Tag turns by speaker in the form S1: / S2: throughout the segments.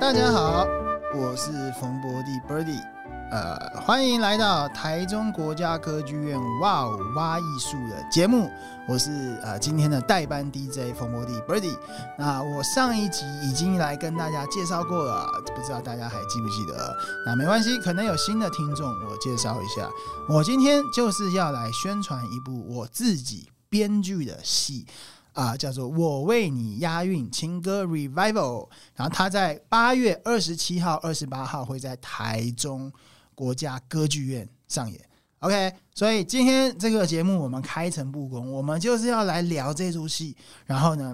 S1: 大家好，我是冯博弟 Birdy，呃，欢迎来到台中国家歌剧院哇哦哇艺术的节目，我是呃今天的代班 DJ 冯博弟 Birdy。那我上一集已经来跟大家介绍过了，不知道大家还记不记得？那没关系，可能有新的听众，我介绍一下，我今天就是要来宣传一部我自己编剧的戏。啊、叫做《我为你押韵情歌 Revival》，然后它在八月二十七号、二十八号会在台中国家歌剧院上演。OK，所以今天这个节目我们开诚布公，我们就是要来聊这出戏。然后呢，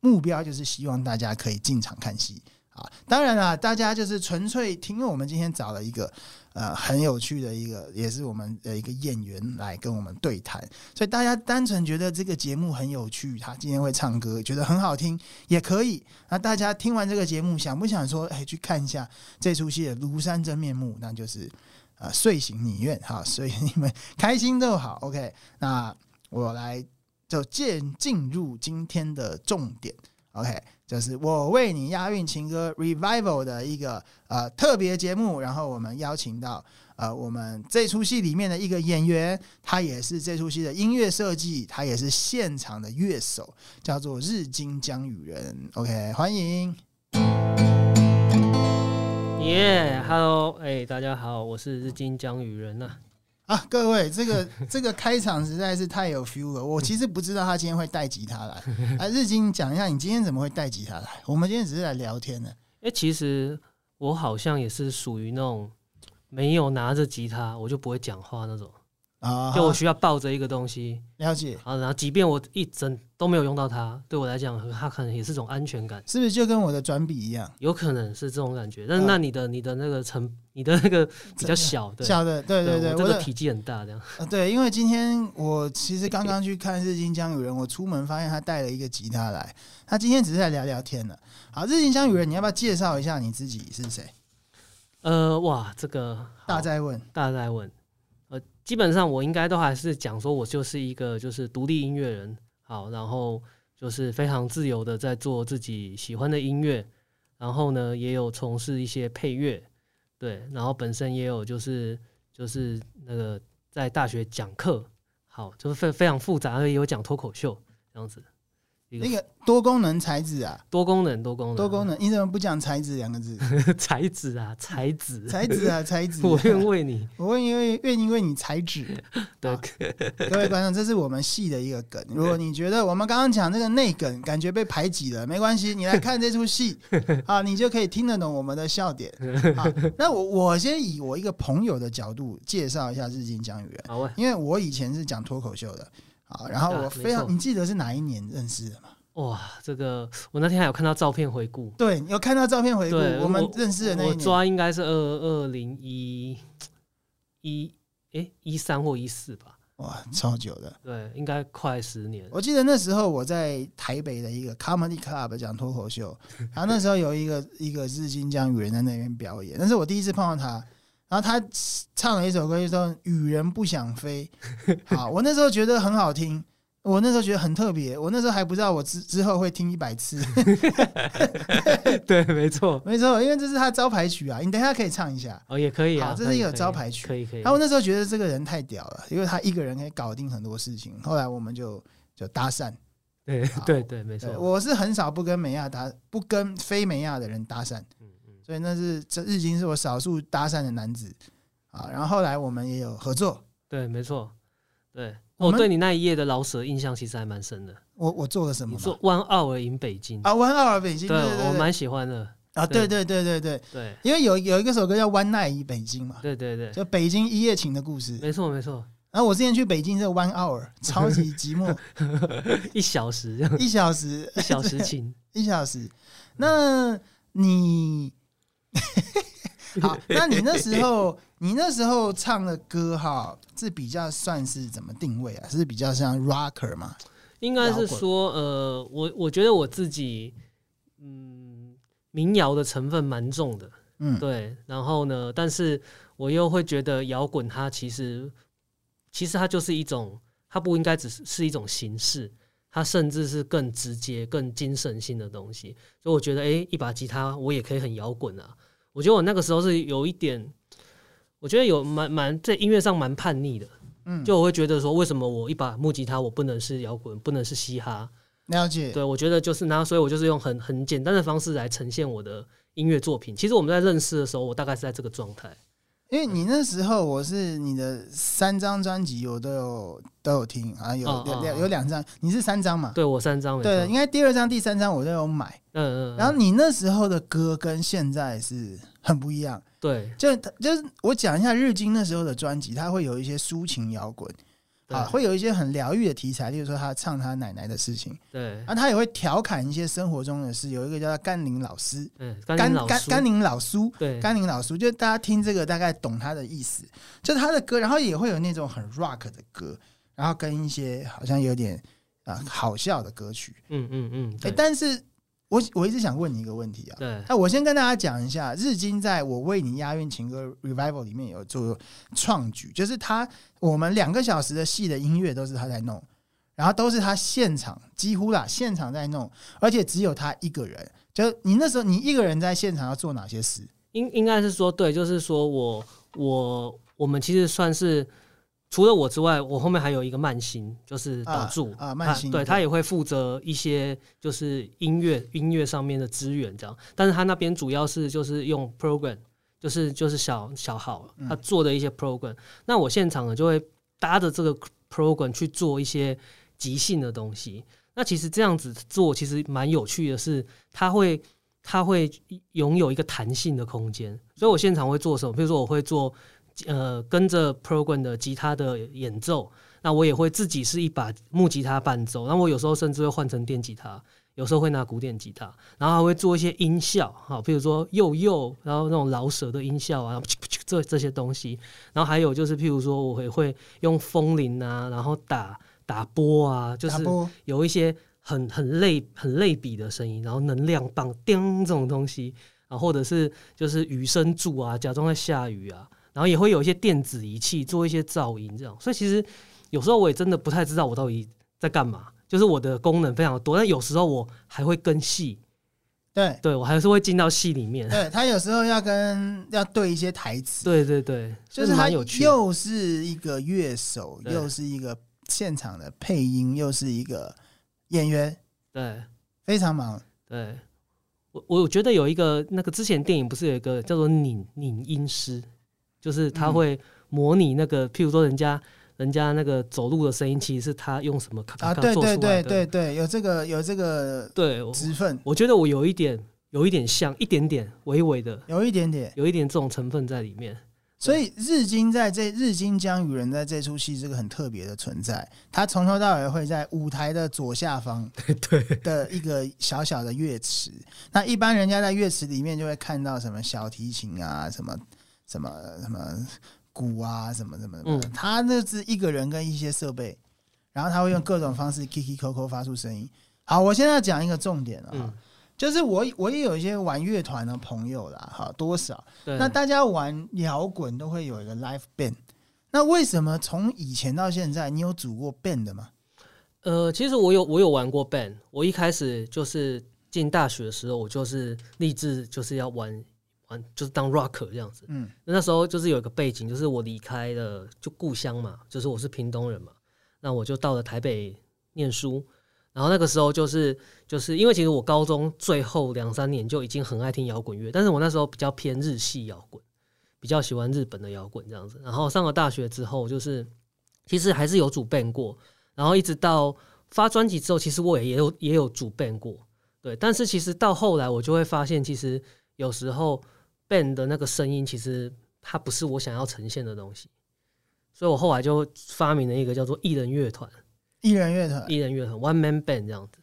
S1: 目标就是希望大家可以进场看戏啊。当然啦，大家就是纯粹听，因为我们今天找了一个呃很有趣的一个，也是我们的一个演员来跟我们对谈，所以大家单纯觉得这个节目很有趣，他今天会唱歌，觉得很好听也可以。那大家听完这个节目，想不想说，哎，去看一下这出戏的庐山真面目？那就是呃睡醒你愿哈，所以你们开心就好。OK，那我来就进进入今天的重点。OK，就是我为你押韵情歌 Revival 的一个呃特别节目，然后我们邀请到呃我们这出戏里面的一个演员，他也是这出戏的音乐设计，他也是现场的乐手，叫做日金江雨人。OK，欢迎。
S2: 耶、h e l l o 哎、大家好，我是日金江雨人呐、
S1: 啊，各位，这个 这个开场实在是太有 feel 了。我其实不知道他今天会带吉他来。啊，日金讲一下，你今天怎么会带吉他来？我们今天只是来聊天的。
S2: 哎、其实我好像也是属于那种没有拿着吉他我就不会讲话那种，
S1: 啊，
S2: 就我需要抱着一个东西，
S1: 了解，
S2: 好，然后即便我一整都没有用到它，对我来讲，它可能也是种安全感，
S1: 是不是就跟我的转笔一样？
S2: 有可能是这种感觉。但
S1: 啊
S2: 是那你的、你的那个成，你的那个比较小，对。
S1: 晓得，对对对，
S2: 我
S1: 我
S2: 这个
S1: 的
S2: 体积很大，这样
S1: 呃对，因为今天我其实刚刚去看日金江雨人，我出门发现他带了一个吉他来，他今天只是来聊聊天的。好，日金江雨人，你要不要介绍一下你自己是谁？
S2: 呃，哇，这个好
S1: 大在问
S2: 大在问，呃，基本上我应该都还是讲说，我就是一个就是独立音乐人，好，然后就是非常自由的在做自己喜欢的音乐，然后呢也有从事一些配乐，对，然后本身也有就是就是那个在大学讲课，好，就是非非常复杂，而且有讲脱口秀这样子，一
S1: 那
S2: 个
S1: 个多功能才子啊，
S2: 多功能多功能
S1: 多功能，你怎么不讲才子两个 字？
S2: 能 才子啊才子，
S1: 才子啊，才子、
S2: 我愿 为你
S1: 我愿因为愿因为你才子，
S2: 对
S1: 好各位观众，这是我们戏的一个梗。如果你觉得我们刚刚讲这个内梗，感觉被排挤了，没关系，你来看这出戏 啊，你就可以听得懂我们的笑点。好，那我我先以我一个朋友的角度介绍一下日进江雨人，
S2: 好啊，
S1: 因为我以前是讲脱口秀的啊，然后我
S2: 啊
S1: 非
S2: 没
S1: 常，
S2: 错
S1: 你记得是哪一年认识的吗？
S2: 哇，这个我那天还有看到照片回顾，
S1: 对，有看到照片回顾
S2: 对，
S1: 我们认识的那一
S2: 我
S1: 年。
S2: 抓应该是二二零一一诶一三或一四吧，
S1: 哇，超久的。
S2: 对，应该快十年。
S1: 我记得那时候我在台北的一个 comedy club 讲脱口秀，然后那时候有一个一个日新疆雨人在那边表演，那是我第一次碰到他。然后他唱了一首歌，就说“雨人不想飞”，好，我那时候觉得很好听，我那时候觉得很特别，我那时候还不知道我之之后会听一百次，
S2: 对，没错，
S1: 没错，因为这是他的招牌曲啊，你等一下可以唱一下。
S2: 哦，也可以啊
S1: 好，这
S2: 可
S1: 是
S2: 以
S1: 一个
S2: 可以
S1: 招牌曲
S2: 可以可以
S1: 然。后我那时候觉得这个人太屌了，因为他一个人可以搞定很多事情。后来我们就就搭讪，
S2: 对
S1: 好
S2: 对对，没
S1: 对，
S2: 错。
S1: 我是很少不跟美亚搭，不跟非美亚的人搭讪，
S2: 嗯嗯
S1: 所以那是这日经是我少数搭讪的男子啊。然后后来我们也有合作，
S2: 对，没错。对，
S1: 我
S2: 我
S1: 们
S2: 对你那一页的老舍印象其实还蛮深的。
S1: 我我做了什
S2: 你
S1: 么
S2: 说
S1: 吗？
S2: 《湾奥尔赢北京》，
S1: 啊，弯奥尔北京，对对
S2: 我
S1: 对
S2: 蛮喜欢的。
S1: 啊，对对对对对，
S2: 对
S1: 因为有有一个首歌叫《One Night in 北京》嘛，
S2: 对对对，
S1: 就北京一夜情的故事。
S2: 没错没错，
S1: 然后我之前去北京是 One Hour，超级寂 寞，
S2: 一小时 这样，
S1: 一小时
S2: 一小时情。
S1: 一小时。那 你好，那你那时候你那时候唱的歌哈，是比较算是怎么定位啊？是比较像 rocker 嘛？
S2: 应该
S1: 摇
S2: 是
S1: 滚
S2: 说，呃，我我觉得我自己，嗯，民谣的成分蛮重的，
S1: 嗯，
S2: 对。然后呢，但是我又会觉得摇滚它其实，其实它就是一种，它不应该只是是一种形式，它甚至是更直接、更精神性的东西。所以我觉得，诶，一把吉他我也可以很摇滚啊。我觉得我那个时候是有一点，我觉得有蛮蛮在音乐上蛮叛逆的。
S1: 嗯，
S2: 就我会觉得说，为什么我一把木吉他我不能是摇滚，不能是嘻哈？
S1: 了解，
S2: 对，我觉得就是那，所以我就是用很很简单的方式来呈现我的音乐作品。其实我们在认识的时候，我大概是在这个状态。
S1: 因为你那时候我是你的三张专辑我都有都有听啊，有
S2: 哦
S1: 两
S2: 哦
S1: 两
S2: 哦
S1: 有两张，你是三张嘛？
S2: 对我三张没错，
S1: 啊对，应该第二张、第三张我都有买。
S2: 嗯嗯，
S1: 然
S2: 后
S1: 后你那时候的歌跟现在是很不一样，
S2: 对
S1: 就就是我讲一下日经那时候的专辑，它会有一些抒情摇滚啊，
S2: 对
S1: 会有一些很疗愈的题材，例如说他唱他奶奶的事情，
S2: 对，
S1: 啊，他也会调侃一些生活中的事。有一个叫甘宁老师，
S2: 嗯，
S1: 甘
S2: 甘老
S1: 甘
S2: 师，
S1: 甘宁老叔，
S2: 对
S1: 甘宁老叔，就大家听这个大概懂他的意思，就他的歌，然后也会有那种很 rock 的歌，然后跟一些好像有点啊、好笑的歌曲。
S2: 嗯嗯嗯，
S1: 哎、
S2: 对
S1: 但是我我一直想问你一个问题啊，
S2: 对
S1: 那我先跟大家讲一下，日经在我为你押韵情歌 revival 里面有做创举，就是他我们两个小时的戏的音乐都是他在弄，然后都是他现场几乎啦现场在弄，而且只有他一个人。就你那时候你一个人在现场要做哪些事？
S2: 应应该是说对，就是说我我我们其实算是除了我之外，我后面还有一个慢星，就是
S1: 啊
S2: 导助
S1: 啊慢星
S2: 他对
S1: 对
S2: 他也会负责一些就是音乐音乐上面的资源这样，但是他那边主要是就是用 program，就是就是小小号
S1: 嗯
S2: 他做的一些 program，、那我现场呢就会搭着这个 program 去做一些即兴的东西。那其实这样子做其实蛮有趣的是，它会它会拥有一个弹性的空间。所以我现场会做什么？比如说我会做呃跟着 program 的吉他的演奏，那我也会自己是一把木吉他伴奏，那我有时候甚至会换成电吉他。有时候会拿古典吉他，然后还会做一些音效，哈，比如说又又，然后那种老舍的音效啊，这这些东西，然后还有就是，譬如说，我也会用风铃啊，然后打打波啊，就
S1: 打
S2: 是
S1: 波
S2: 有一些很很类很类比的声音，然后能量棒叮这种东西，啊，或者是就是雨声柱啊，假装在下雨啊，然后也会有一些电子仪器做一些噪音这样，所以其实有时候我也真的不太知道我到底在干嘛，就是我的功能非常多，但有时候我还会跟戏，
S1: 对
S2: 对我还是会进到戏里面，
S1: 对，他有时候要跟要对一些台词，
S2: 对对对，
S1: 就是他
S2: 蛮有趣的，
S1: 又是一个乐手，
S2: 对
S1: 又是一个现场的配音，又是一个演员，
S2: 对。
S1: 非常忙。
S2: 对，我我觉得有一个那个之前电影不是有一个叫做拧拧音师，就是他
S1: 嗯
S2: 会模拟那个，譬如说人家人家那个走路的声音，其实是他用什么咔
S1: 啊，
S2: 咔咔
S1: 对
S2: 做出来
S1: 对
S2: 的。
S1: 对对对，有这个有这个
S2: 对我
S1: 职分，
S2: 我觉得我有一点有一点像，一点点微微的，
S1: 有一点点。
S2: 有一点这种成分在里面。
S1: 所以日经在这日经江雨人在这出戏是个很特别的存在，他从头到尾会在舞台的左下方
S2: 对
S1: 的一个小小的乐池。那一般人家在乐池里面就会看到什么小提琴啊，什么什么什么鼓啊，什么什么什么。
S2: 嗯
S1: 他那是一个人跟一些设备，然后他会用各种方式 kiki coco 发出声音。好，我现在要讲一个重点了、啊。
S2: 嗯，
S1: 就是我我也有一些玩乐团的朋友啦，哈，多少？
S2: 对。
S1: 那大家玩摇滚都会有一个 live band，那为什么从以前到现在，你有组过 band 的吗？
S2: 呃，其实我有我有玩过 band，我一开始就是进大学的时候，我就是立志就是要玩玩就是当 rocker 这样子。
S1: 嗯，
S2: 那时候就是有一个背景，就是我离开了就故乡嘛，就是我是屏东人嘛，那我就到了台北念书。然后那个时候就是就是因为其实我高中最后两三年就已经很爱听摇滚乐，但是我那时候比较偏日系摇滚，比较喜欢日本的摇滚这样子。然后上了大学之后，就是其实还是有主 band 过，然后一直到发专辑之后，其实我也有也有主 band 过，对。但是其实到后来我就会发现，其实有时候 band 的那个声音，其实它不是我想要呈现的东西，所以我后来就发明了一个叫做艺人乐团，
S1: 艺人乐团。
S2: 艺人乐团 one man band 这样子。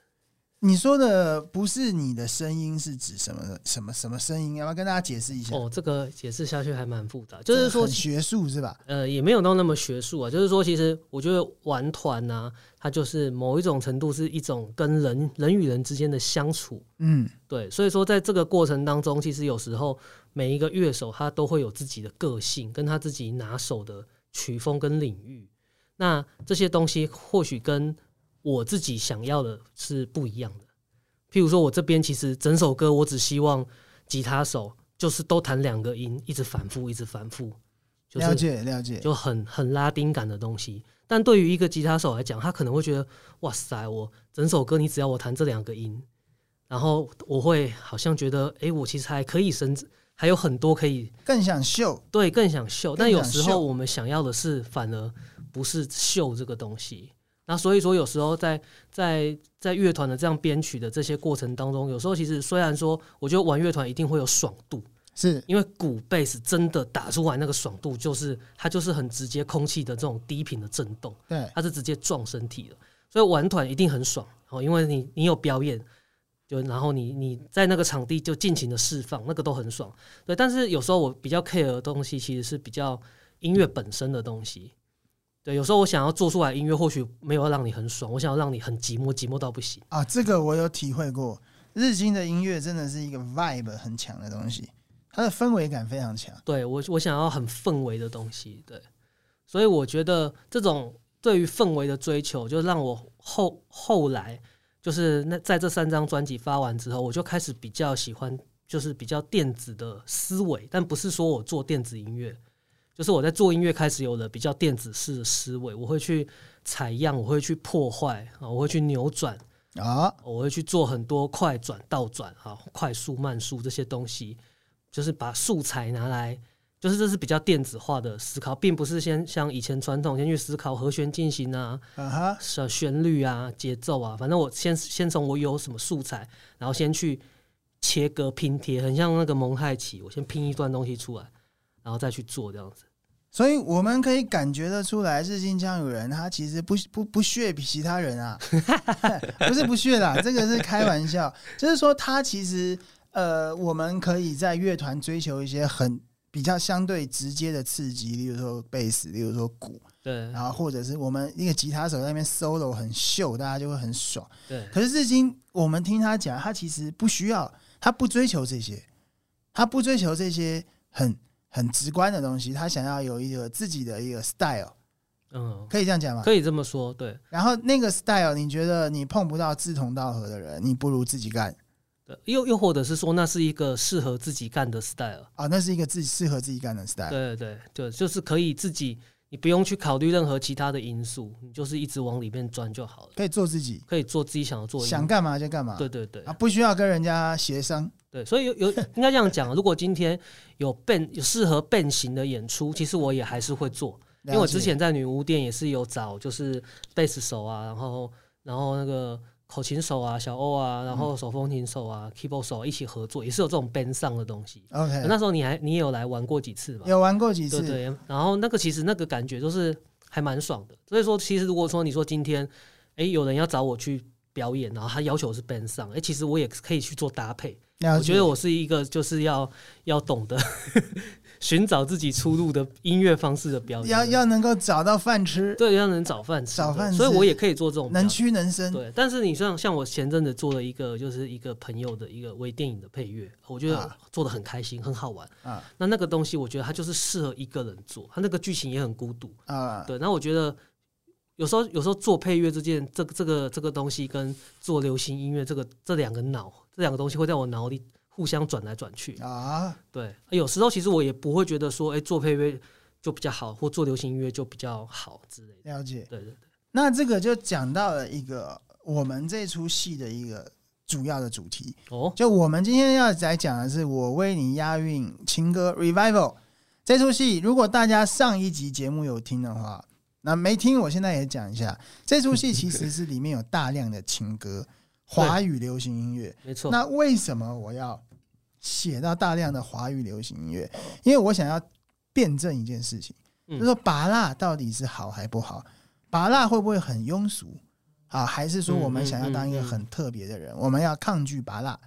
S1: 你说的不是你的声音，是指什么什么什么声音？要不要跟大家解释一下？
S2: 哦，这个解释下去还蛮复杂，就是说
S1: 很学术是吧？
S2: 呃，也没有到那么学术啊，就是说，其实我觉得玩团呐、它就是某一种程度是一种跟人人与人之间的相处，
S1: 嗯，
S2: 对，所以说在这个过程当中，其实有时候每一个乐手他都会有自己的个性，跟他自己拿手的曲风跟领域。那这些东西或许跟我自己想要的是不一样的。譬如说，我这边其实整首歌我只希望吉他手就是都弹两个音，一直反复，一直反复，就
S1: 了
S2: 是
S1: 解了解，
S2: 就很很拉丁感的东西。但对于一个吉他手来讲，他可能会觉得，哇塞，我整首歌你只要我弹这两个音，然后我会好像觉得，诶，我其实还可以甚至还有很多可以
S1: 更想秀，
S2: 对更想秀。
S1: 更
S2: 但有
S1: 想
S2: 时候
S1: 秀
S2: 我们想要的是反而不是秀这个东西。那所以说，有时候在在在乐团的这样编曲的这些过程当中，有时候其实虽然说，我觉得玩乐团一定会有爽度，
S1: 是
S2: 因为鼓贝斯真的打出来那个爽度，就是它就是很直接空气的这种低频的震动，
S1: 对，
S2: 它是直接撞身体的，所以玩团一定很爽哦，因为你你有表演，就然后你你在那个场地就尽情的释放，那个都很爽。对，但是有时候我比较 care 的东西其实是比较音乐本身的东西。对，有时候我想要做出来的音乐，或许没有要让你很爽，我想要让你很寂寞，寂寞到不行。
S1: 啊，这个我有体会过。日经的音乐真的是一个 vibe 很强的东西，它的氛围感非常强。
S2: 对我，我想要很氛围的东西，对，所以我觉得这种对于氛围的追求，就让我后后来就是那在这三张专辑发完之后，我就开始比较喜欢，就是比较电子的思维，但不是说我做电子音乐，就是我在做音乐开始有了比较电子式的思维，我会去采样，我会去破坏啊，我会去扭转，
S1: 啊，
S2: 我会去做很多快转、倒转啊、快速、慢速这些东西，就是把素材拿来，就是这是比较电子化的思考，并不是先像以前传统先去思考和弦进行啊、
S1: 啊哈，
S2: 旋旋律啊、节奏啊，反正我先先从我有什么素材，然后先去切割拼贴，很像那个蒙太奇，我先拼一段东西出来，然后再去做这样子。
S1: 所以我们可以感觉得出来，日经江有人他其实不不不屑比其他人啊， 不是不屑啦，这个是开玩笑，就是说他其实呃，我们可以在乐团追求一些很比较相对直接的刺激，例如说贝斯，例如说鼓，
S2: 对
S1: 然后或者是我们一个吉他手在那边 solo 很秀，大家就会很爽。
S2: 对
S1: 可是日经，我们听他讲，他其实不需要，他不追求这些，他不追求这些很很直观的东西，他想要有一个自己的一个 style，
S2: 嗯，
S1: 可以这样讲吗？
S2: 可以这么说，对。
S1: 然后那个 style，你觉得你碰不到志同道合的人，你不如自己干
S2: 对又又或者是说，那是一个适合自己干的 style，
S1: 啊、那是一个自己适合自己干的 style。
S2: 对对对，就是可以自己，你不用去考虑任何其他的因素，你就是一直往里面钻就好了，
S1: 可以做自己，
S2: 可以做自己想要做的。
S1: 想
S2: 音。
S1: 干嘛就干嘛，
S2: 对对对
S1: 啊，不需要跟人家协商。
S2: 对，所以有有应该这样讲，如果今天有变有适合变形的演出，其实我也还是会做，因为我
S1: 了解
S2: 之前在女巫店也是有找就是贝斯手啊，然后然后那个口琴手啊、小欧啊，然后手风琴手啊、keyboard 手啊一起合作，也是有这种 band 上的东西。
S1: OK，
S2: 那时候你还你也有来玩过几次嘛？
S1: 有玩过几
S2: 对
S1: 次？
S2: 对，然后那个其实那个感觉就是还蛮爽的。所以说，其实如果说你说今天，诶，有人要找我去表演，然后他要求是 band 上，哎诶，其实我也可以去做搭配。
S1: 了
S2: 我
S1: 解
S2: 觉得我是一个就是要要懂得 寻找自己出路的音乐方式的表演，
S1: 要要能够找到饭吃，
S2: 对要能找饭吃的，
S1: 找饭吃
S2: 所以我也可以做这种表
S1: 能
S2: 演。
S1: 屈能伸。
S2: 对，但是你像像我前阵子做了一个，就是一个朋友的一个微电影的配乐，我觉得
S1: 啊
S2: 做的很开心，很好玩。
S1: 啊
S2: 那那个东西，我觉得它就是适合一个人做，它那个剧情也很孤独。
S1: 啊，
S2: 对，那我觉得有时候有时候做配乐这件这个这个这个东西跟做流行音乐这个这两个脑这两个东西会在我脑里互相转来转去。
S1: 啊，
S2: 对，有时候其实我也不会觉得说，哎、做配乐就比较好，或做流行音乐就比较好之类的。
S1: 了解。
S2: 对对对，
S1: 那这个就讲到了一个我们这出戏的一个主要的主题，
S2: 哦，
S1: 就我们今天要来讲的是我为你押韵情歌 revival 这出戏。如果大家上一集节目有听的话，那没听我现在也讲一下，这出戏其实是里面有大量的情歌，华语流行音乐。
S2: 没错。
S1: 那为什么我要写到大量的华语流行音乐？因为我想要辩证一件事情，
S2: 嗯
S1: 就是说拔蜡到底是好还不好？拔蜡会不会很庸俗啊？还是说我们
S2: 嗯嗯
S1: 想要当一个
S2: 嗯嗯
S1: 很特别的人，我们要抗拒拔蜡？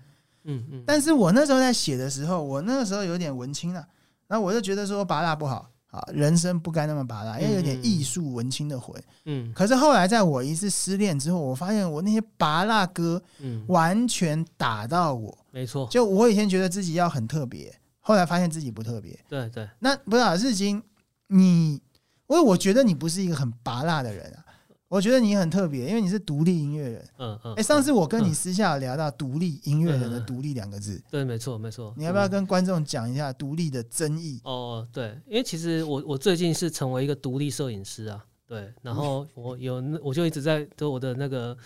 S2: 嗯嗯，
S1: 但是我那时候在写的时候，我那个时候有点文青了、啊那我就觉得说拔蜡不好啊，人生不该那么拔蜡，因为有点
S2: 嗯嗯
S1: 艺术文青的魂。
S2: 嗯
S1: 可是后来在我一次失恋之后，我发现我那些拔蜡歌
S2: 嗯，
S1: 完全打到我。
S2: 没错。
S1: 就我以前觉得自己要很特别，后来发现自己不特别。
S2: 对对，
S1: 那不是啊，日经，你，因为我觉得你不是一个很拔辣的人啊。我觉得你很特别，因为你是独立音乐人。
S2: 嗯嗯。
S1: 哎、上
S2: 嗯
S1: 次我跟你私下有聊到“独立音乐人”的“
S2: 嗯嗯嗯
S1: 独立”两个字，
S2: 对，没错没错。
S1: 你要不要
S2: 嗯
S1: 跟观众讲一下“独立”的争议？
S2: 哦，对，因为其实我我最近是成为一个独立摄影师啊，对，然后
S1: 嗯
S2: 我有那我就一直在在我的那个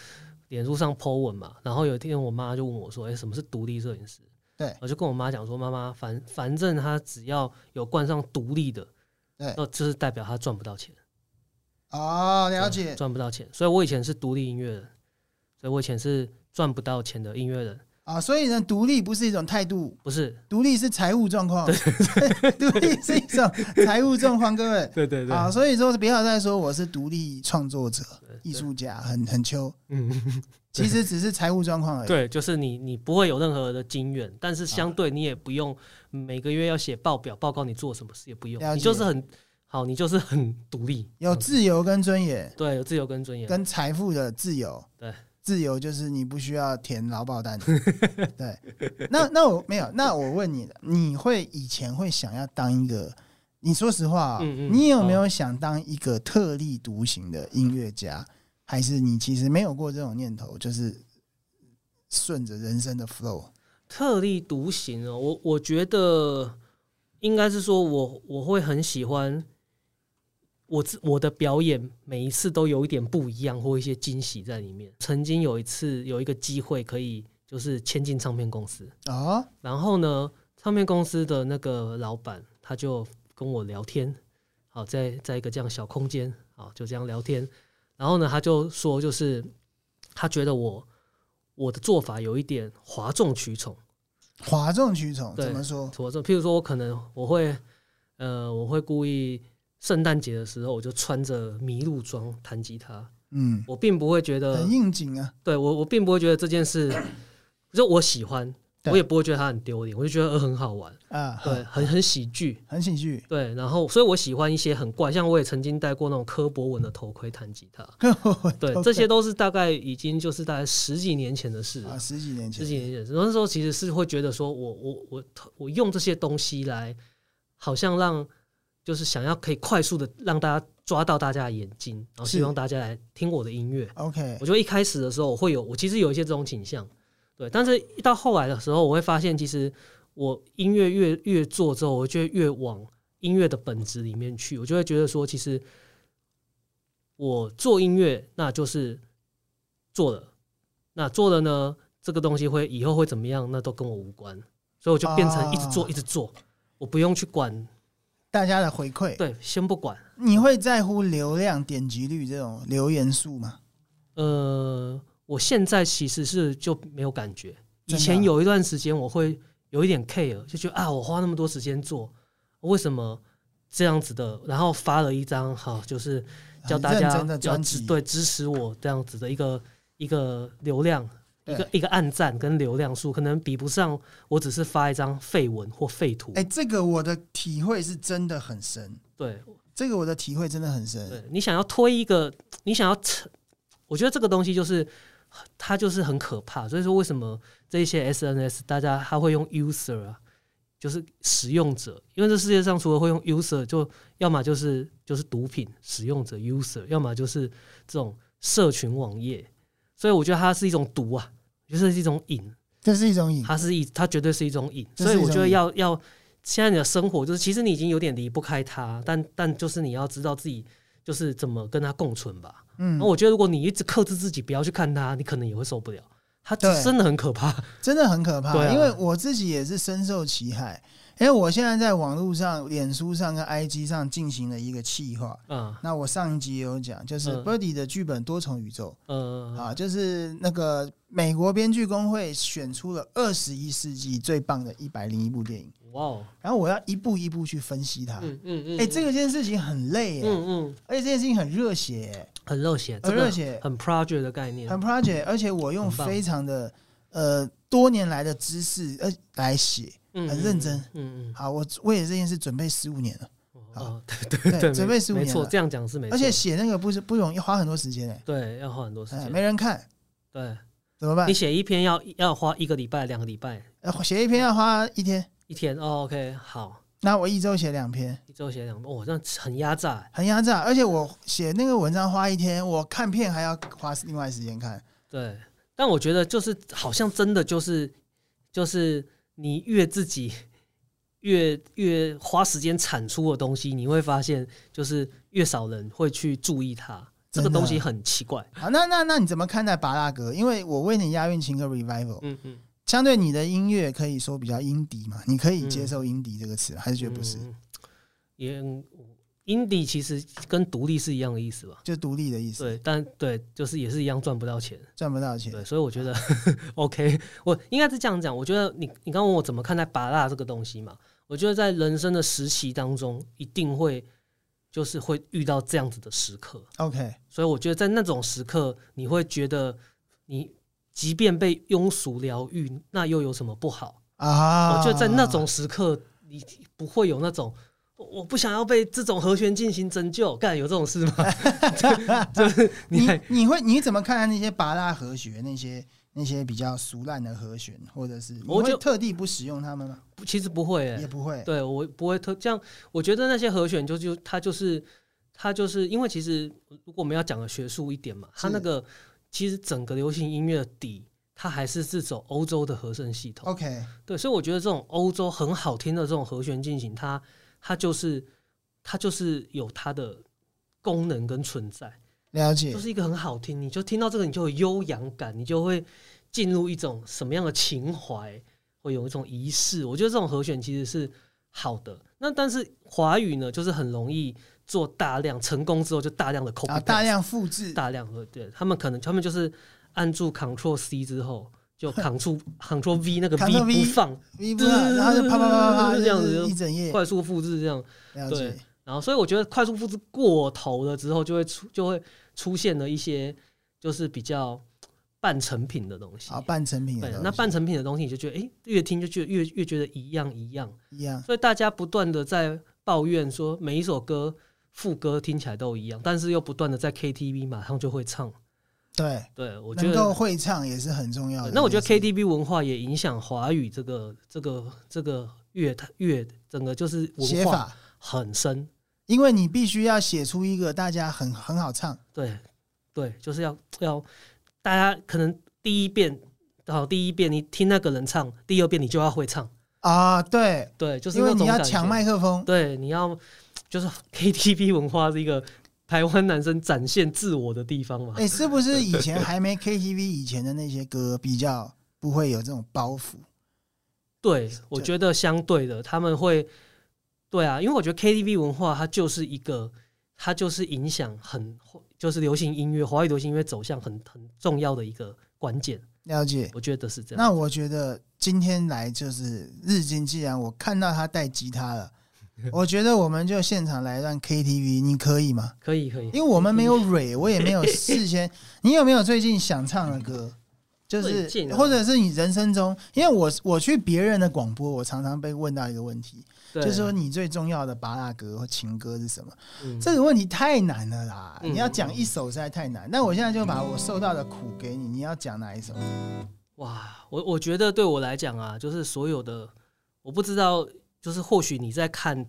S2: 脸书上 po 文嘛，然后有一天我妈就问我说，哎、什么是独立摄影师？
S1: 对
S2: 我就跟我妈讲说，妈妈，反反正他只要有冠上独立的，
S1: 对
S2: 那就是代表他赚不到钱，嗯
S1: 哦，了
S2: 对
S1: 解
S2: 赚不到钱，所以我以前是独立音乐人，所以我以前是赚不到钱的音乐人，
S1: 啊，所以呢，独立不是一种态度，
S2: 不是，
S1: 独立是财务状况， 独立是一种财务状况，各位。
S2: 对对
S1: 啊，所以说不要再说我是独立创作者、艺
S2: 对，
S1: 术家，很很秋，
S2: 嗯。
S1: 其实只是财务状况而已。
S2: 对，就是你你不会有任何的经验，但是
S1: 啊
S2: 相对你也不用每个月要写报表报告你做什么事也不
S1: 了
S2: 用，你就
S1: 解
S2: 是很好，你就是很独立，
S1: 有
S2: 嗯
S1: 自由跟尊严，
S2: 对有自由跟尊严，
S1: 跟财富的自由。
S2: 嗯对，
S1: 自由就是你不需要填劳保 单。对，那那我没有，那我问你了，你会以前会想要当一个？你说实话、啊
S2: 嗯嗯
S1: 你有没有想当一个特立独行的音乐家？还是你其实没有过这种念头，就是顺着人生的 flow？
S2: 特立独行哦。我我觉得应该是说我我会很喜欢我自我的表演，每一次都有一点不一样或一些惊喜在里面。曾经有一次有一个机会可以就是签进唱片公司，
S1: 哦，
S2: 然后呢，唱片公司的那个老板他就跟我聊天，好，在在一个这样小空间，好，就这样聊天。然后呢，他就说，就是他觉得我我的做法有一点哗众取宠，
S1: 哗众取宠，
S2: 对呃
S1: 怎么说？
S2: 我说，譬如说我可能我会，呃，我会故意圣诞节的时候我就穿着麋鹿装弹吉他，
S1: 嗯，
S2: 我并不会觉得
S1: 很应景啊。
S2: 对我，我并不会觉得这件事，就我喜欢，
S1: 对
S2: 我也不会觉得它很丢脸，我就觉得呃很好玩，
S1: 啊，
S2: 对，很很喜剧，
S1: 很喜剧。
S2: 对，然后所以我喜欢一些很怪，像我也曾经戴过那种柯博文的头盔弹吉他，对，这些都是大概已经就是大概十几年前的事了
S1: 啊，十几年
S2: 十
S1: 前，
S2: 几年前的事，那时候其实是会觉得说我我我我用这些东西来，好像让就是想要可以快速的让大家抓到大家的眼睛，然后希
S1: 是
S2: 望大家来听我的音乐。
S1: OK，
S2: 我觉得一开始的时候，我会有，我其实有一些这种倾向，对。但是一到后来的时候，我会发现，其实我音乐越越做之后，我就会越往音乐的本质里面去，我就会觉得说，其实我做音乐，那就是做了，那做了呢，这个东西会以后会怎么样，那都跟我无关，所以我就变成一直做，
S1: 啊
S2: 一直做，我不用去管，
S1: 大家的回馈，
S2: 对，先不管，
S1: 你会在乎流量、点击率这种留言数吗？
S2: 呃，我现在其实是就没有感觉。
S1: 真的啊
S2: 以前有一段时间我会有一点 care，就觉得啊，我花那么多时间做，为什么这样子的？然后发了一张哈，就是叫
S1: 很
S2: 大家
S1: 啊认真的
S2: 要
S1: 专
S2: 支
S1: 辑，
S2: 对支持我这样子的一个一个流量，一
S1: 对
S2: 个一个暗赞跟流量数，可能比不上我只是发一张废文或废图。
S1: 哎、这个我的体会是真的很深，
S2: 对，
S1: 这个我的体会真的很深。
S2: 对你想要推一个，你想要成，我觉得这个东西就是它就是很可怕，所以说为什么这些 SNS 大家他会用 user 啊，就是使用者，因为这世界上除了会用 user，就要么就是就是毒品使用者 user，要么就是这种社群网页，所以我觉得它是一种毒啊，就是一种瘾，
S1: 这是一种瘾，
S2: 它是一，它绝对是一种瘾，
S1: 嗯这是
S2: 所
S1: 一
S2: 以
S1: 种
S2: 我觉得
S1: 瘾
S2: 要要现在你的生活就是，其实你已经有点离不开它，但但就是你要知道自己就是怎么跟它共存吧。
S1: 嗯
S2: 那、，我觉得如果你一直克制自己不要去看它，你可能也会受不了，它
S1: 对
S2: 真的很 可怕。
S1: 真的很可怕，
S2: 对啊
S1: 因为我自己也是深受其害。因为我现在在网络上、脸书上跟 IG 上进行了一个企划。
S2: 嗯
S1: 那我上一集也有讲，就是
S2: 嗯
S1: Birdy 的剧本《多重宇宙》。
S2: 呃，
S1: 啊，就是那个美国编剧工会选出了二十一世纪最棒的一百零一部电影，
S2: 哇哦，
S1: 然后我要一步一步去分析它。
S2: 嗯嗯嗯，
S1: 哎、这个件事情很累耶，
S2: 嗯嗯
S1: 而且这件事情很热血耶，
S2: 很热血，这
S1: 很
S2: 个
S1: 热血，
S2: 很 project 的概念
S1: 很，project，而且我用
S2: 很棒
S1: 非常的呃多年来的知识呃来写。
S2: 嗯
S1: 很认真，
S2: 嗯嗯嗯
S1: 好，我为了这件事准备十五年了，
S2: 嗯，
S1: 好
S2: 哦
S1: 对，
S2: 对，
S1: 准
S2: 没
S1: 备十五
S2: 没
S1: 年
S2: 错，
S1: 了，
S2: 这样讲是没错，
S1: 而且写那个不是不容易，花很多时间哎，
S2: 对要花很多时
S1: 哎，
S2: 间，
S1: 没人看
S2: 对
S1: 怎么办
S2: 你？写一篇要要花一个礼拜、两个礼拜，
S1: 呃写一篇要花一天，
S2: 一天哦，OK，好，
S1: 那我一周写两篇，
S2: 一周写两篇，哦，那很压榨欸。
S1: 很压榨，而且我写那个文章花一天，我看片还要花另外时间看。
S2: 对，但我觉得就是好像真的就是就是你越自己越越花时间产出的东西，你会发现就是越少人会去注意它。这个
S1: 真的啊
S2: 东西很奇怪。
S1: 好，那那那你怎么看待巴拉格？因为我为你押韵情歌 revival，
S2: 嗯嗯，
S1: 相对你的音乐可以说比较音迪嘛，你可以
S2: 嗯
S1: 接受音迪这个词，还是觉得不是？
S2: 嗯也 indie 其实跟独立是一样的意思吧？
S1: 就独立的意思，
S2: 对，但对，就是也是一样赚不到钱。
S1: 赚不到钱。
S2: 对，所以我觉得 OK，我 应该是这样讲。我觉得你你刚问我怎么看待拔蜡这个东西嘛，我觉得在人生的时期当中，一定会就是会遇到这样子的时刻，
S1: OK，
S2: 所以我觉得在那种时刻，你会觉得你即便被庸俗疗愈，那又有什么不好？
S1: 啊，
S2: 我觉得哦在那种时刻，你不会有那种。我我不想要被这种和弦进行拯救，干有这种事吗？ 就是 你
S1: 你
S2: 还
S1: 你会你怎么看待那些拔拉和弦，那些那些比较俗烂的和弦，或者是你
S2: 我
S1: 会
S2: 就
S1: 特地不使用它们吗？
S2: 其实不会、欸，
S1: 也不会。
S2: 对我不会特这样，我觉得那些和弦就就它就是它就是因为其实如果我们要讲的学术一点嘛，它
S1: 是
S2: 那个其实整个流行音乐的底，它还是这种欧洲的和声系统。
S1: OK，
S2: 对，所以我觉得这种欧洲很好听的这种和弦进行，它它就是它就是有它的功能跟存在。
S1: 了解
S2: 就。是一个很好听，你就听到这个，你就有悠扬感，你就会进入一种什么样的情怀，会有一种仪式。我觉得这种和弦其实是好的。那但是华语呢，就是很容易做大量成功之后就大量的 copy，、
S1: 啊，大量复制，
S2: 大量的对他们可能他们就是按住 Ctrl C 之后就 Ctrl Ctrl V 那个
S1: Ctrl V
S2: V 不放，
S1: 一不然然后就啪啪啪啪啪，
S2: 这样子
S1: 就是
S2: 就
S1: 一整夜。
S2: 快速复制这样。
S1: 了
S2: 对
S1: 解。
S2: 然后，所以我觉得快速复制过头了之后，就会出就会出现了一些就是比较半成品的东西。
S1: 好，啊半成品的
S2: 对
S1: 东，西。
S2: 那半成品的东西，你就觉得哎，诶越听就觉得越越觉得一样一样。
S1: 一样。
S2: 所以大家不断的在抱怨说，每一首歌副歌听起来都一样，但是又不断的在 KTV 马上就会唱。
S1: 对，
S2: 对我觉
S1: 能
S2: 得
S1: 够，会唱也是很重要的一
S2: 对
S1: 件事。
S2: 那我觉得 KTV 文化也影响华语这个这个这个乐坛乐整个就是
S1: 写
S2: 文化
S1: 法，
S2: 很深。
S1: 因为你必须要写出一个大家很很好唱，
S2: 对，对，就是要要大家可能第一遍，好，第一遍你听那个人唱，第二遍你就要会唱，
S1: 啊，对，
S2: 对，就是
S1: 因为
S2: 那
S1: 你
S2: 种
S1: 要
S2: 感
S1: 抢
S2: 觉，
S1: 麦克风，
S2: 对，你要就是 KTV 文化是一个台湾男生展现自我的地方嘛，
S1: 哎，是不是以前还没 KTV 以前的那些歌比较不会有这种包袱？
S2: 对，我觉得相对的他们会，对啊，因为我觉得 KTV 文化它就是一个，它就是影响很，就是流行音乐，华语流行音乐走向很很重要的一个关键，
S1: 了解。
S2: 我觉得是这样。
S1: 那我觉得今天来就是日经，既然我看到他带吉他了，我觉得我们就现场来段 KTV，你可以吗？
S2: 可以可以，
S1: 因为我们 没有蕊，我也没有事先。你有没有最近想唱的歌？就是
S2: 最近啊
S1: 或者是你人生中，因为我我去别人的广播，我常常被问到一个问题，
S2: 对
S1: 就是说你最重要的八大歌或情歌是什么？
S2: 嗯
S1: 这个问题太难了啦！
S2: 嗯
S1: 你要讲一首实在太难。那我现在就把我受到的苦给你，你要讲哪一首？
S2: 哇，我我觉得对我来讲啊，就是所有的，我不知道，就是或许你在看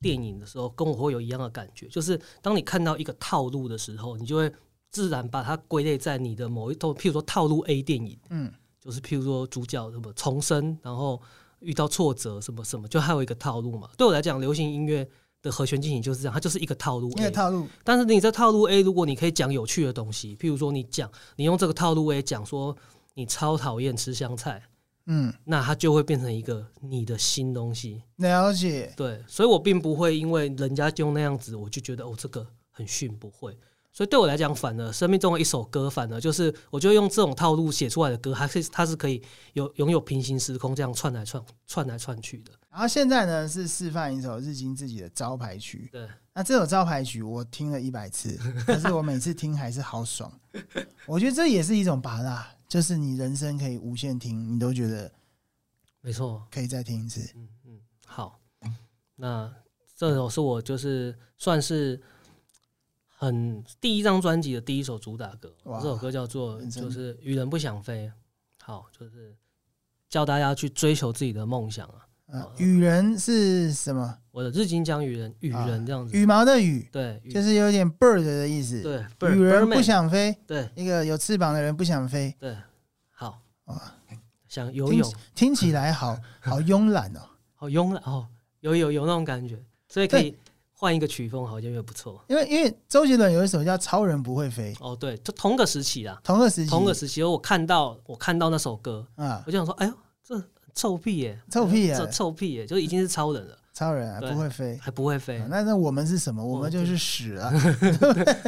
S2: 电影的时候，跟我会有一样的感觉，就是当你看到一个套路的时候，你就会自然把它归类在你的某一套，譬如说套路 A 电影，
S1: 嗯，
S2: 就是譬如说主角什么重生，然后遇到挫折什么什么，就还有一个套路嘛。对我来讲，流行音乐的和弦进行就是这样，它就是一个套路
S1: 那
S2: A
S1: 个。套路
S2: 但是你这套路 A，如果你可以讲有趣的东西，譬如说你讲，你用这个套路 A 讲说你超讨厌吃香菜，
S1: 嗯，
S2: 那它就会变成一个你的新东西。
S1: 了解。
S2: 对，所以我并不会因为人家用那样子，我就觉得哦这个很逊，不会。所以对我来讲，反而生命中的一首歌，反而就是我觉得用这种套路写出来的歌，它是它是可以有拥有平行时空这样串来串串来串去的。
S1: 然后现在呢是示范一首日经自己的招牌曲。
S2: 对，
S1: 那这首招牌曲我听了一百次，但是我每次听还是好爽。我觉得这也是一种拔辣，就是你人生可以无限听，你都觉得
S2: 没错。
S1: 可以再听一次。
S2: 嗯嗯，好，那这首是我就是算是很第一张专辑的第一首主打歌，
S1: 哇
S2: 这首歌叫做
S1: 认真
S2: 就是“愚人不想飞”，好，就是叫大家去追求自己的梦想啊。
S1: 呃，羽人是什么？
S2: 我的日经讲羽人，羽
S1: 啊
S2: 人这样子，
S1: 羽毛的羽，
S2: 对，羽
S1: 就是有点 bird 的意思。
S2: 对，
S1: 羽人
S2: Birdman
S1: 不想飞，
S2: 对
S1: 一个有翅膀的人不想飞，
S2: 对，好
S1: 啊，
S2: 想游
S1: 听
S2: 泳，
S1: 听起来 好好慵懒哦。
S2: 好慵懒哦，有有有那种感觉，所以可以换一个曲风，好像也不错。
S1: 因为因为周杰伦有一首叫《超人不会飞》，
S2: 哦，对，就同个时期啦，
S1: 同个时期，
S2: 同个时期，我看到我看到那首歌，
S1: 啊，
S2: 我就想说，哎呦，这臭屁耶，
S1: 臭屁耶
S2: 这臭屁耶，就已经是超人了，
S1: 超人啊
S2: 对
S1: 不会飞。
S2: 还不会飞
S1: 啊，那那我们是什么？我
S2: 我
S1: 们就
S2: 就是
S1: 屎 啊！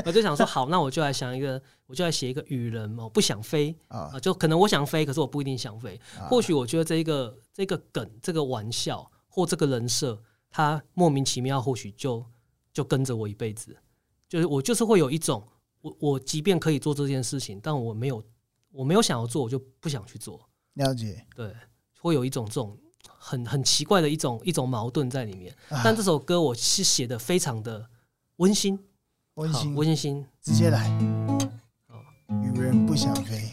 S2: 我就想说，好，那我就来想一个，我就来写一个雨人嘛，我不想飞
S1: 啊
S2: 啊，就可能我想飞，可是我不一定想飞。
S1: 啊
S2: 或许我觉得这一个这个梗、这个玩笑或这个人设，他莫名其妙，或许就就跟着我一辈子。就是我就是会有一种，我我即便可以做这件事情，但我没有我没有想要做，我就不想去做。
S1: 了解，
S2: 对，会有一种这种很很奇怪的一种一种矛盾在里面。
S1: 啊
S2: 但这首歌我是写的非常的温馨，
S1: 温
S2: 好
S1: 馨
S2: 温馨。嗯
S1: 直接来
S2: 好。
S1: 女人不想飞，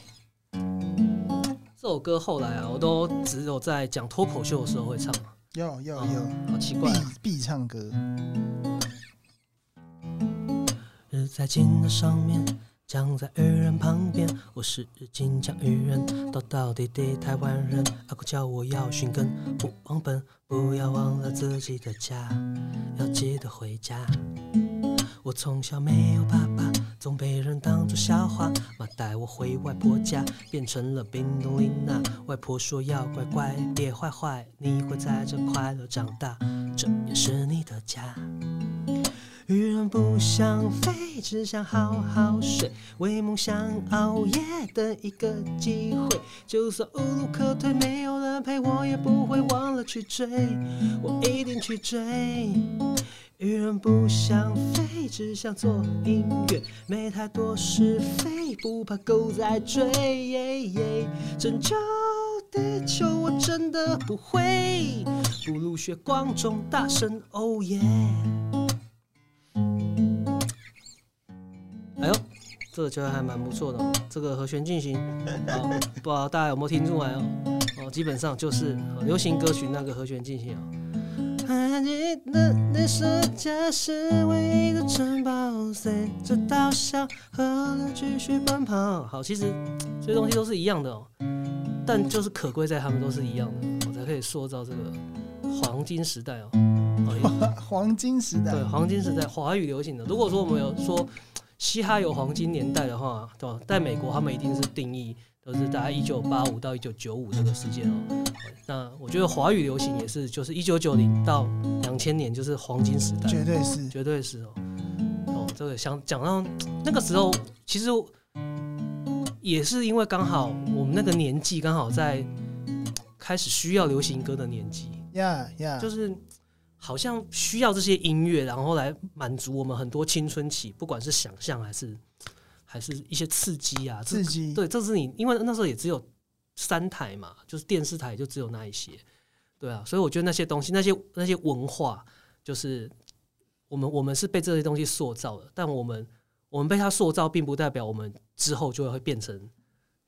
S2: 这首歌后来啊，我都只有在讲脱口秀的时候会唱，
S1: 有有
S2: 啊
S1: 有，
S2: 好奇怪啊、
S1: 必必唱歌。
S2: 日在金的上面，江在渔人旁边。我是日金江渔人，道道地地台湾人。阿公叫我要寻根，不忘本，不要忘了自己的家，要记得回家。我从小没有爸爸，总被人当作笑话。妈带我回外婆家，变成了冰冻琳娜。外婆说要乖乖，别坏坏，你会在这快乐长大，这也是你的家。愚人不想飞，只想好好睡，为梦想熬夜的一个机会。就算无路可退，没有人陪，我也不会忘了去追，我一定去追。愚人不想飞，只想做音乐，没太多是非，不怕狗在追。拯救地球，我真的不会，不如学光中大声哦耶！哎呦，这个觉得还蛮不错的、哦，这个和弦进行，哦，不知道大家有没有听出来哦？哦，基本上就是呃流行歌曲那个和弦进行哦。还记得那首家是唯一的城堡，随着稻香河流继续奔跑。好，其实这些东西都是一样的哦，但就是可贵在它们都是一样的，我哦才可以塑造这个黄金时代哦。哦
S1: 黄金时代
S2: 对，黄金时代华语流行的。如果说我们有说嘻哈有黄金年代的话，对吧？在美国，他们一定是定义都是大概一九八五到一九九五这个时间哦。那我觉得华语流行也是，就是一九九零到两千年就是黄金时代，
S1: 绝对是
S2: 绝对是哦。哦，这个想讲到那个时候，其实也是因为刚好我们那个年纪刚好在开始需要流行歌的年纪，
S1: 呀呀，
S2: 就是好像需要这些音乐，然后来满足我们很多青春期，不管是想象还是还是一些刺激啊，这
S1: 刺激
S2: 对，这是你因为那时候也只有三台嘛，就是电视台就只有那一些，对啊，所以我觉得那些东西，那些那些文化，就是我们我们是被这些东西塑造的，但我们我们被它塑造，并不代表我们之后就会变成。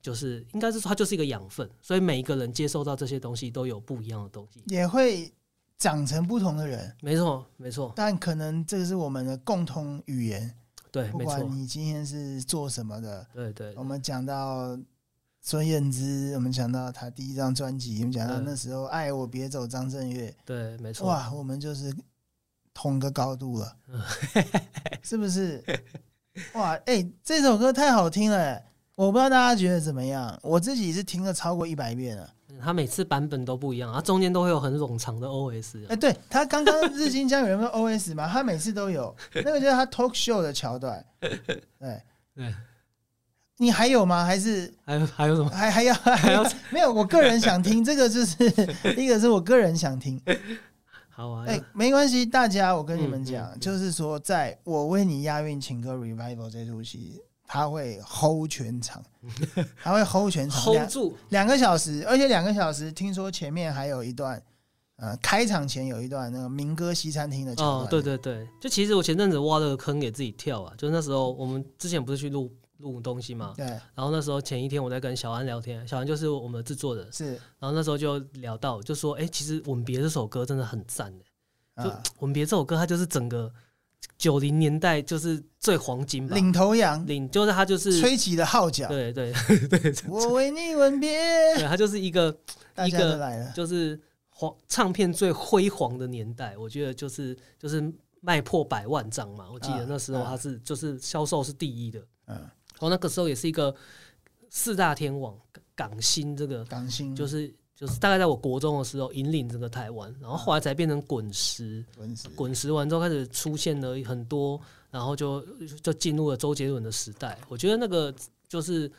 S2: 就是应该是说，它就是一个养分，所以每一个人接受到这些东西都有不一样的东西。
S1: 也会长成不同的人，
S2: 没错，没错，
S1: 但可能这个是我们的共同语言。
S2: 对，
S1: 不
S2: 没
S1: 管
S2: 错，
S1: 你哦今天是做什么的，
S2: 对对
S1: 我们讲到孙燕姿，我们讲到她第一张专辑，我们讲到
S2: 对
S1: 那时候《爱我别走》张震岳，
S2: 对，没错，
S1: 哇，我们就是同个高度 了，是不是？哇，哎、这首歌太好听了、哎我不知道大家觉得怎么样，我自己是听了超过一百遍了。
S2: 他每次版本都不一样，它中间都会有很冗长的 OS
S1: 哎、。对他刚刚日经江有没有 OS 嘛？他每次都有，那个就是他 talk show 的桥 段。对，
S2: 对，
S1: 你还有吗？还是
S2: 还有还有什么？
S1: 还还要还要
S2: 要？
S1: 没有，我个人想听这个，就是 一个是我个人想听。
S2: 好啊，
S1: 哎、没关系，大家，我跟你们
S2: 嗯嗯
S1: 讲，
S2: 嗯
S1: 就是说，在我为你押韵情歌 revival 这出戏，他会 hold 全 场，他会 hold 全场
S2: hold
S1: 两
S2: 住，
S1: 两个小时，而且两个小时，听说前面还有一段，呃，开场前有一段那个民歌西餐厅的桥段、
S2: 哦哦，对，对对，就其实我前阵子挖了个坑给自己跳啊，就是那时候我们之前不是去录录东西嘛。
S1: 对，
S2: 然后那时候前一天我在跟小安聊天，小安就是我们的制作人，
S1: 是
S2: 然后那时候就聊到，就说，哎、其实《吻别》这首歌真的很赞的，
S1: 啊
S2: 就，《吻别》这首歌，它就是整个九零年代就是最黄金吧，
S1: 领头羊
S2: 领就是它就是，
S1: 吹起了号角，
S2: 对对
S1: 我为你吻别，
S2: 对，它就是一个
S1: 大家都来了，
S2: 就是黄唱片最辉煌的年代，我觉得就是就是卖破百万张嘛，我记得
S1: 嗯
S2: 那时候
S1: 嗯
S2: 它是就是销售是第一的，
S1: 嗯，
S2: 然后那个时候也是一个四大天王港星这个
S1: 港星
S2: 就是就是大概在我国中的时候引领整个台湾，然后后来才变成滚石，
S1: 滚石，
S2: 滚石完之后开始出现了很多，然后就就进入了周杰伦的时代。我觉得那个就是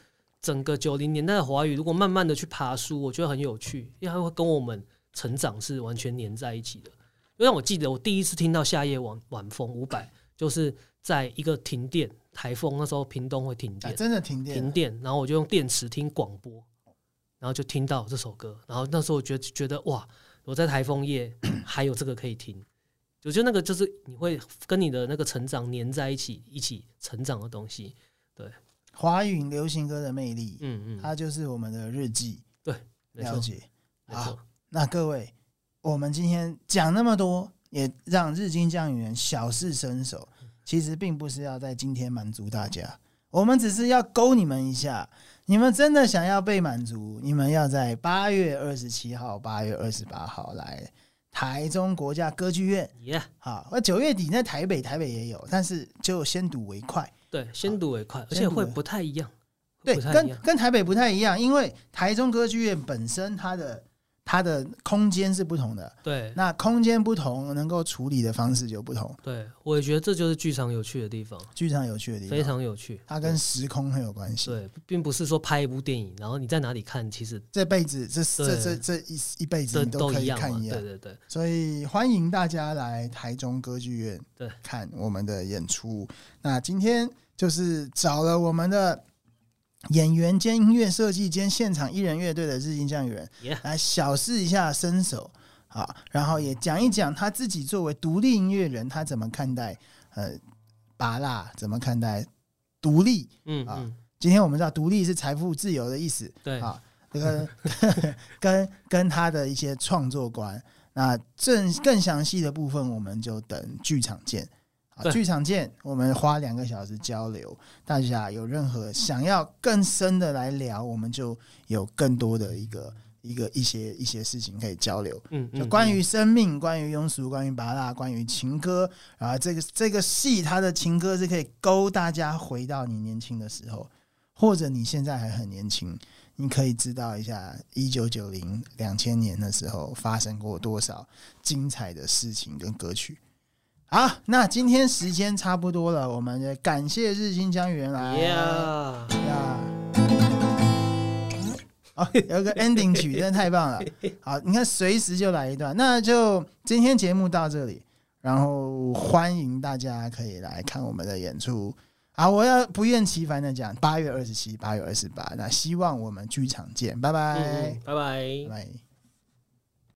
S2: 整个九零年代的华语，如果慢慢的去爬书，我觉得很有趣，因为它会跟我们成长是完全粘在一起的。就像我记得我第一次听到夏夜晚晚风五百，就是在一个停电台风那时候，屏东会停
S1: 啊
S2: 电，
S1: 真的停电
S2: 停
S1: 了，
S2: 电，然后我就用电池听广播，然后就听到这首歌，然后那时候我觉得觉得哇，我在台风夜 还有这个可以听，我觉得那个就是你会跟你的那个成长粘在一起，一起成长的东西。
S1: 华语流行歌的魅力，
S2: 嗯嗯，
S1: 它就是我们的日记，
S2: 没
S1: 了
S2: 错
S1: 解。啊
S2: 没
S1: 好
S2: 错，
S1: 那各位，我们今天讲那么多，也让日经降雨人小试身手。其实并不是要在今天满足大家，我们只是要勾你们一下。你们真的想要被满足，你们要在八月二十七号、八月二十八号来台中国家歌剧院。
S2: 耶，
S1: 好，那九月底在台北，台北也有，但是就先睹为快。
S2: 对，先睹为快，而且
S1: 先睹
S2: 会
S1: 为
S2: 不太一样，
S1: 对，
S2: 会不太一
S1: 跟
S2: 样。
S1: 跟台北不太一样，因为台中歌剧院本身它的它的空间是不同的，
S2: 对
S1: 那空间不同，能够处理的方式就不同。
S2: 对，我也觉得这就是剧场有趣的地方，
S1: 剧场有趣的地方，
S2: 非常有趣。
S1: 它跟时空很有关系。
S2: 对，并不是说拍一部电影，然后你在哪里看，其实
S1: 这辈子这这这
S2: 对
S1: 这一一辈子
S2: 这
S1: 你都
S2: 都
S1: 可
S2: 一
S1: 以
S2: 样
S1: 看
S2: 嘛。
S1: 一样
S2: 对，对对，
S1: 所以欢迎大家来台中歌剧院
S2: 对
S1: 看我们的演出。那今天就是找了我们的演员兼音乐设计兼现场艺人乐队的日进降雨人
S2: Yeah
S1: 来小试一下身手好，然后也讲一讲他自己作为独立音乐人，他怎么看待呃拔蜡，怎么看待独立。
S2: 嗯
S1: 啊
S2: 嗯，
S1: 今天我们知道独立是财富自由的意思，
S2: 对，
S1: 好这啊个跟跟他的一些创作观，那正更详细的部分，我们就等剧场见。好，
S2: 对
S1: 剧场见，我们花两个小时交流，大家有任何想要更深的来聊，我们就有更多的一个一个一些一些事情可以交流。
S2: 嗯嗯，
S1: 就关
S2: 嗯
S1: 于生命，关于庸俗，关于拔蜡，关于情歌啊，这个这个戏它的情歌是可以勾大家回到你年轻的时候，或者你现在还很年轻，你可以知道一下一九九零两千年的时候发生过多少精彩的事情跟歌曲。好，那今天时间差不多了，我们也感谢日新江
S2: 嗯
S1: 原来。
S2: Yeah
S1: 呀。好，哦有个 ending 曲，真的太棒了。好，你看随时就来一段，那就今天节目到这里，然后欢迎大家可以来看我们的演出。好，我要不厌其烦的讲，八月二十七、八月二十八，那希望我们剧场见，拜
S2: 嗯
S1: 拜
S2: 嗯，，拜拜
S1: 拜。拜。